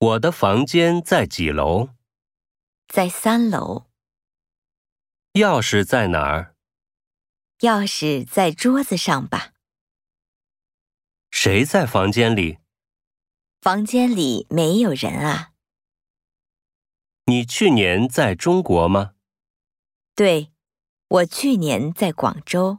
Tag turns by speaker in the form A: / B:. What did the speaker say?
A: 我的房间在几楼？
B: 在三楼，
A: 钥匙在哪儿？
B: 钥匙在桌子上吧。
A: 谁在房间里？
B: 房间里没有人啊。
A: 你去年在中国吗？
B: 对，我去年在广州。